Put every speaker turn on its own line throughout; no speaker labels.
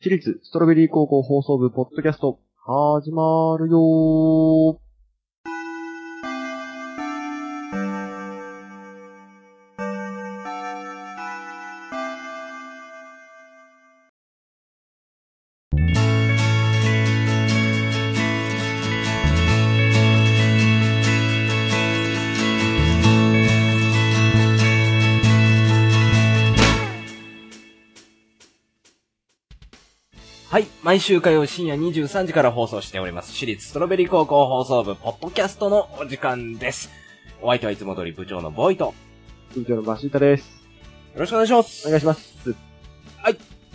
私立ストロベリー高校放送部ポッドキャスト、始まるよー。
はい。毎週火曜深夜23時から放送しております。私立ストロベリー高校放送部、ポッドキャストのお時間です。お相手はいつも通り部長のボイト。よ
部長のバシータです。
ろしくお願いします。
お願いします。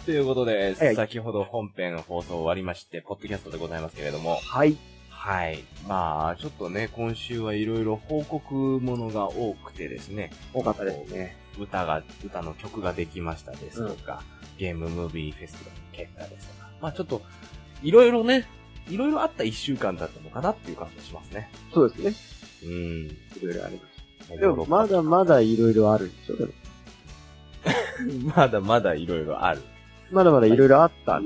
ということで、
はいはい
先ほど本編放送終わりまして、ポッドキャストでございますけれども。
はい。
はい。まあ、ちょっとね、今週はいろいろ報告ものが多くてですね。
多かったですね。
歌が、歌の曲ができましたですとか、ゲームムービーフェスティバルの結果ですとか、まあちょっと、いろいろね、いろいろあった一週間だったのかなっていう感じがしますね。
そうですね。
うん。
いろいろありましで
で
も、まだまだいろいろあるんでしょでも
まだまだいろいろある。
まだまだいろいろあった。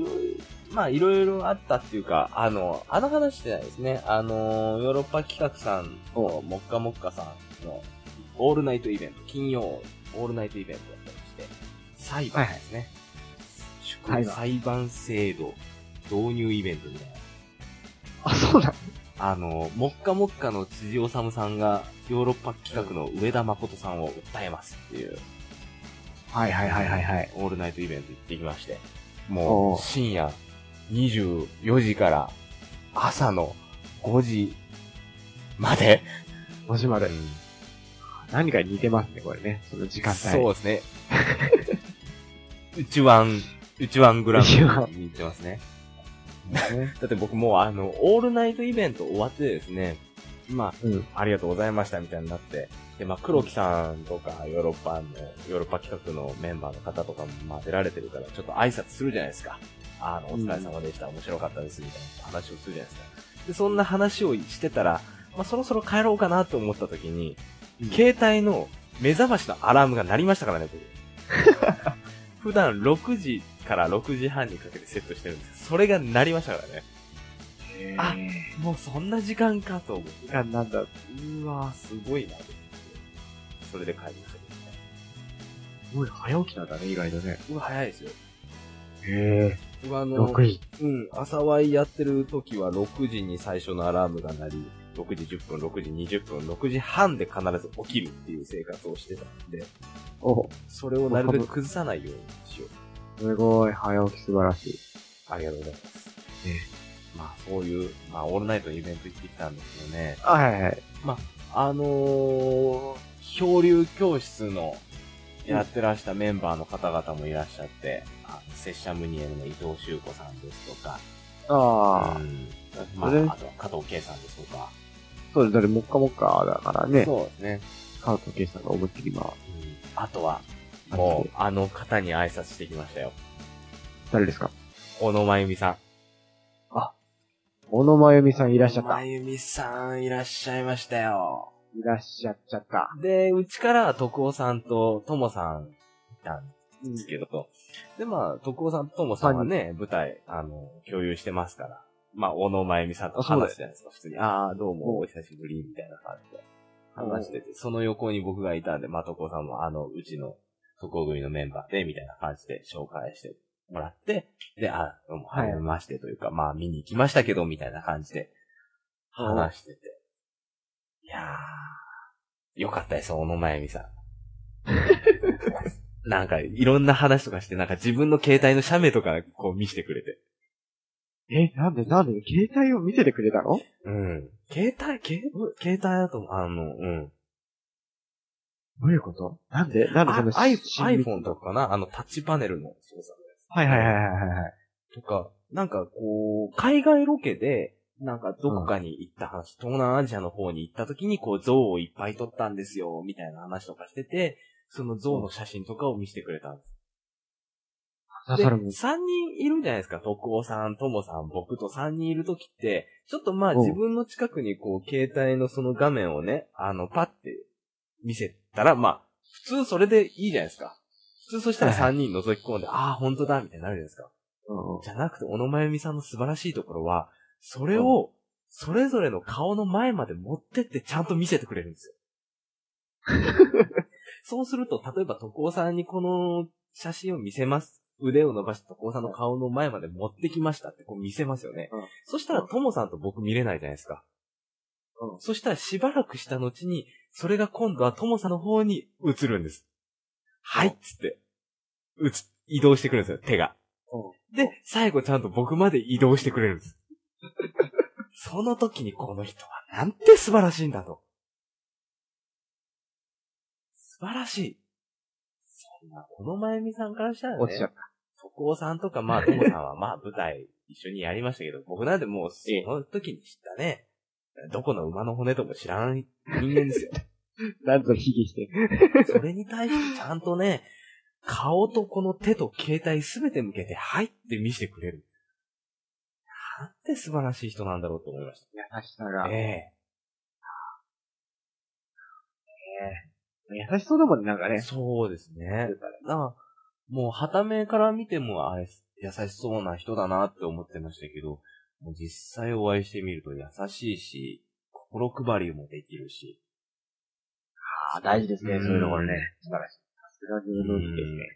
まあいろいろあったっていうか、あの、あの話してないですね。あの、ヨーロッパ企画さんと、もっかもっかさんの、オールナイトイベント、金曜、オールナイトイベントだったりして、裁判ですね。祝
はいはい
裁判制度導入イベントみたいな。
あ、そうだ。
あの、もっかもっかの辻治さんが、ヨーロッパ企画の上田誠さんを訴えますっていう、
はいはいはいはいはい。
オールナイトイベント行ってきまして、
お
も
う
う、深夜24時から朝の5時まで、
もしまで
う。ん
何かに似てますね、これね。その時間帯。
そうですね。 うちわん、うちわんグランプリに行ってますね。
うね。
だって僕もうあの、オールナイトイベント終わってですね、まあ、
うん。
ありがとうございましたみたいになって、で、まあ、黒木さんとか、ヨーロッパの、ヨーロッパ企画のメンバーの方とかも、まあ、出られてるから、ちょっと挨拶するじゃないですか。あの、お疲れ様でした、面白かったです、みたいな話をするじゃないですか。で、そんな話をしてたら、まあ、そろそろ帰ろうかなと思った時に、携帯の目覚ましのアラームが鳴りましたからね、僕 普段6時から6時半にかけてセットしてるんですそれが鳴りましたからね。
あ、
もうそんな時間かと思って。
時間なんだ。
うわーすごいなと思ってそれで帰りましたけどね
すごい早起きなんだね、意外とね。
うわ早いですよ
へ
僕あ
え。
の
6時。
うん朝ワイやってる時は6時に最初のアラームが鳴り6時10分6時20分6時半で必ず起きるっていう生活をしてたんで
お、
それをなるべく崩さないようにしよう
すごい。早起き素晴らしい。
ありがとうございます
ええ
まあそういう、まあオールナイトのイベント行ってきたんですけどね。
はいはい。
あのー、漂流教室のやってらしたメンバーの方々もいらっしゃって、あの拙者ムニエルの伊藤修子さんですとか、
ああ、
うんま
それ
あ、あとは加藤圭さんですとか、
そうです。だって、もっかもっかだからね。
そうですね、
カウトケイさんが思いっきり今、
うんあとは、もう、あの方に挨拶してきましたよ。
誰ですか
小野真由美さん。
小野真由美さんいらっしゃっ
小野
た。
真由美さんいらっしゃいましたよ。
いらっしゃっちゃった。
で、うちからは徳夫さんとともさんいたん
うん
ですけど、で、まあ、徳尾さんともさんはね、舞台、あの、共有してますから、まあ、小野真由美さんと
あそうだ
話
よ
すじゃないですか、普通に。ああ、どうも、お久しぶり、みたいな感じで話してて、その横に僕がいたんで、まあ、徳尾さんも、あの、うちの徳尾組のメンバーで、みたいな感じで紹介してもらって、で、あ、どうも、
は
はいめましてというか、まあ、見に行きましたけど、みたいな感じで、話してて。いやー、よかったです、小野真由美さん。なんか、いろんな話とかして、なんか自分の携帯の写メとか、こう見せてくれて。
え、なんでなんで携帯を見せてくれたの
うん。携帯、携携帯だと、あの、うん。
どういうことなんでなんでその
あ i-
しはい
iPhone とかかなあの、タッチパネルの操作
はいはいはいはい。
とか、なんかこう、海外ロケで、なんかどこかに行った話、東南アジアの方に行った時にこう像をいっぱい撮ったんですよ、みたいな話とかしてて、その像の写真とかを見せてくれたんです。
あ
で、
それ
3
も、
人いるじゃないですか、徳尾さん、ともさん、僕と3人いる時って、ちょっとまあ
うん
自分の近くにこう携帯のその画面をね、あのパッて見せたら、まあ、普通それでいいじゃないですか。普通そしたら3人覗き込んで、ああ、本当だ、みたいになるじゃないですか。
うんうん
じゃなくて、小野真由美さんの素晴らしいところは、それを、それぞれの顔の前まで持ってってちゃんと見せてくれるんですよ。そうすると、例えば徳尾さんにこの写真を見せます。腕を伸ばして徳尾さんの顔の前まで持ってきましたってこう見せますよね。
うん
そしたら、ともさんと僕見れないじゃないですか。
うん
そしたらしばらくした後に、それが今度はともさんの方に移るんです。はいっつって、移、移動してくるんですよ、手が。で、最後ちゃんと僕まで移動してくれるんです。 その時にこの人はなんて素晴らしいんだと。素晴らしい。そんな、このまゆみさんからしたら
落ちちゃ
ね
っ、
徳尾さんと かまあ、ともさんはまあ、舞台一緒にやりましたけど、僕なんてもう、そ
ええ
の時に知ったね、どこの馬の骨とも知らない人間 ですよ。
た。なんとひげして。
それに対してちゃんとね、顔とこの手と携帯すべて向けて、はいって見せてくれる。なんて素晴らしい人なんだろうと思いまし
優しさ
た。
が。
え
優しそうだもんね、なんか
え
ね。
そうですね。だから、もう、旗目から見ても、あ優しそうな人だなって思ってましたけど、もう実際お会いしてみると優しいし、心配りもできるし。
ああ、大事ですね、
うん
そういうのもね。素晴らしい。さすがに
う
NHK ですね
ん。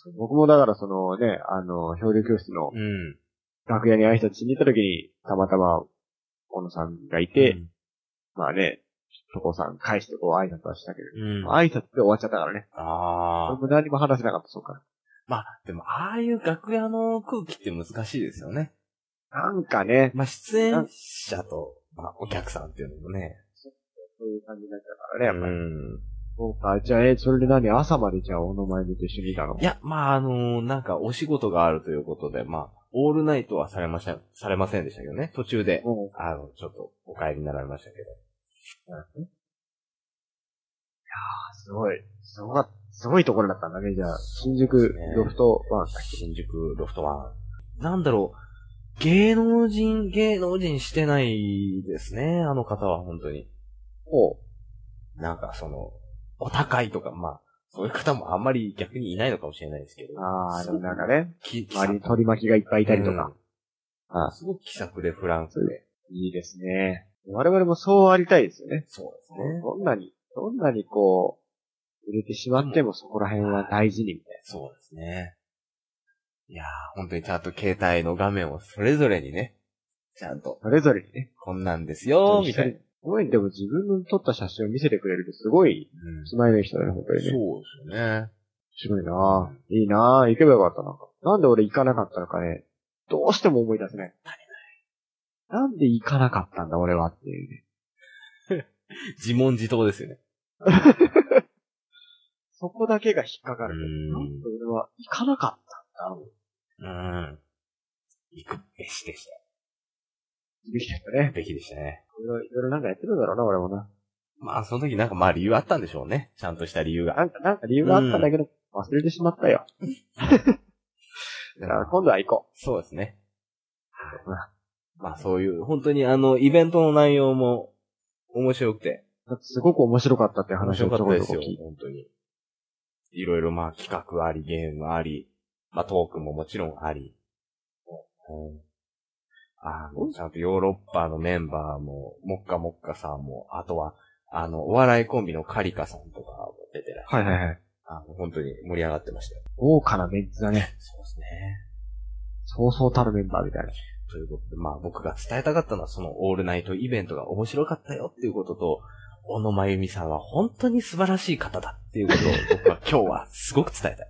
そう僕もだからそのね、あの、漂流教室の
うん。
楽屋に挨拶しに行った時に、たまたま、小野さんがいて、
うん
まあね、とこさん返してこう挨拶はしたけど、
うん。あ
挨拶で終わっちゃったからね。
あー。
僕何も話せなかった、そうか。
まあ、でも、ああいう楽屋の空気って難しいですよね。
なんかね、
まあ、出演者と、まあ、お客さんっていうのもね。
そういう感じになっちゃうからね、やっぱり。
うん
そうか、じゃあ、え、それで何朝までじゃあ、小野前美と一緒にいたの
いや、まあ、あのなんかお仕事があるということで、まあ、オールナイトはされません、されませんでしたけどね、途中で。
も
あの、ちょっと、お帰りになられましたけど。
う、すごい、すごかった、すごいところだったんだね、じゃあ。新宿ロフトワン。
新宿ロフトワン。なんだろう、芸能人、芸能人してないですね、あの方は、本当に。
お
なんかその、お高いとか、まあ、そういう方もあんまり逆にいないのかもしれないですけど。
ああ、でもなんかね、
き、きさ
周りに取り巻きがいっぱいいたりとか。
うん
あ
すごく気さくでフランクで。
いいですね。我々もそうありたいですよね。
そうです
どんなに、どんなにこう、売れてしまってもそこら辺は大事にみたい
そうですね。いやー、本当にちゃんと携帯の画面をそれぞれにね、ちゃんと、
な。それぞれにね。
こんなんですよー、みたいな。
な。すごい、でも自分の撮った写真を見せてくれるってすごい、
うん
スマイルの人だね、本当
そうで
に
す
ね。
よね。
すごいなぁ。いいなぁ。行けばよかったなんか。なんで俺行かなかったのかね。どうしても思い出せない。なんで行かなかったんだ俺はっていうね。
自問自答ですよね。
そこだけが引っかかる。
う
なんで俺は行かなかったんだろう。
うん。行くべしでした。
できちゃったね。
べきでしたね。
いろいろいろいろなんかやってるんだろうな、俺もな。
まあ、その時なんかまあ理由あったんでしょうね。ちゃんとした理由が。
なんか、なんか理由があったんだけど、忘れてしまったよ。だから今度は行こ
そうですね。
う
まあそういう、本当にあの、イベントの内容も面白くて、
ん。だってすごく面白かったっていう
面
話
白
を
か
ちょ
った
こち
で
ょこ
す
聞
よ
い、て。
本当に。いろいろまあ企画あり、ゲームあり、まあトークももちろんあり。うんあの、ちゃんとヨーロッパのメンバーも、もっかもっかさんも、あとは、あの、お笑いコンビのカリカさんとかも出てらっしゃる
はいはいはい。
あの、本当に盛り上がってましたよ。
豪華なメンツだね。
そうですね。
そうそうたるメンバーみたいな。
ということで、まあ僕が伝えたかったのはそのオールナイトイベントが面白かったよっていうことと、小野真由美さんは本当に素晴らしい方だっていうことを僕は今日はすごく伝えたい。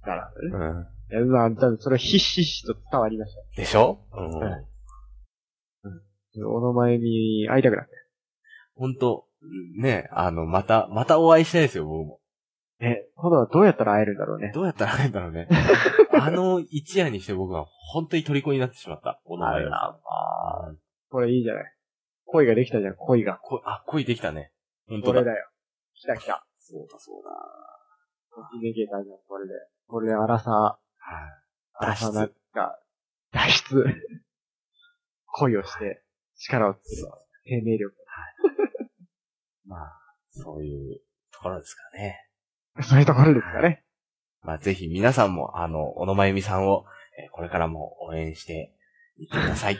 だからね。
うん。
いや、まあ、多分それはひしひしと伝わりました。
でしょう
うん
ん。
小野真由美、会いたくなった。
本当、ね、あの、また、またお会いしたいですよ、僕も。
え、今度はどうやったら会えるんだろうね。
どうやったら会えるんだろう ね。あの一夜にして僕は本当に虜になってしまった。小野真由美さん。あ
これいいじゃない。恋ができたじゃん、恋が。
こあ、恋できたね。本
こ
当
れ
だ。
だよ。来た来た。
そうだ、そうだ。
ひねけたじゃん、これで。これで荒さ、
はい。
荒
脱
さなん
出。
か、脱出。恋をして、力をつけ
そ
る
う。
生命力。
まあ、そういうところですかね。
そういうところですかね。
まあ、ぜひ皆さんも、あの、小野真由美さんを、えーこれからも応援していってください。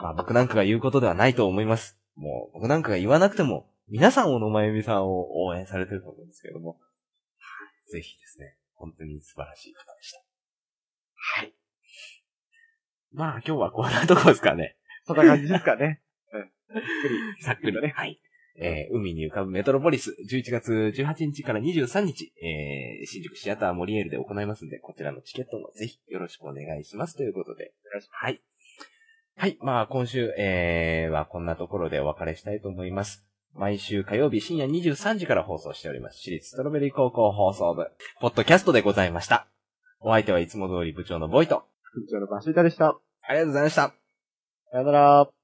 まあ、僕なんかが言うことではないと思います。もう、僕なんかが言わなくても、皆さん小野真由美さんを応援されてると思うんですけども、ぜひですね、本当に素晴らしい方でした。はい。まあ、今日はこんなとこですかね。
そんな感じですか ね。
さっくり。はい。えー海に浮かぶメトロポリス、11月18日から23日、えー新宿シアターモリエールで行いますんで、こちらのチケットもぜひよろしくお願いしますということで。はい。はい。まあ、今週、えーはこんなところでお別れしたいと思います。毎週火曜日深夜23時から放送しております。私立ストロベリー高校放送部、ポッドキャストでございました。お相手はいつも通り部長のボイト。
以上のバシータでした。
ありがとうございました。
さよなら。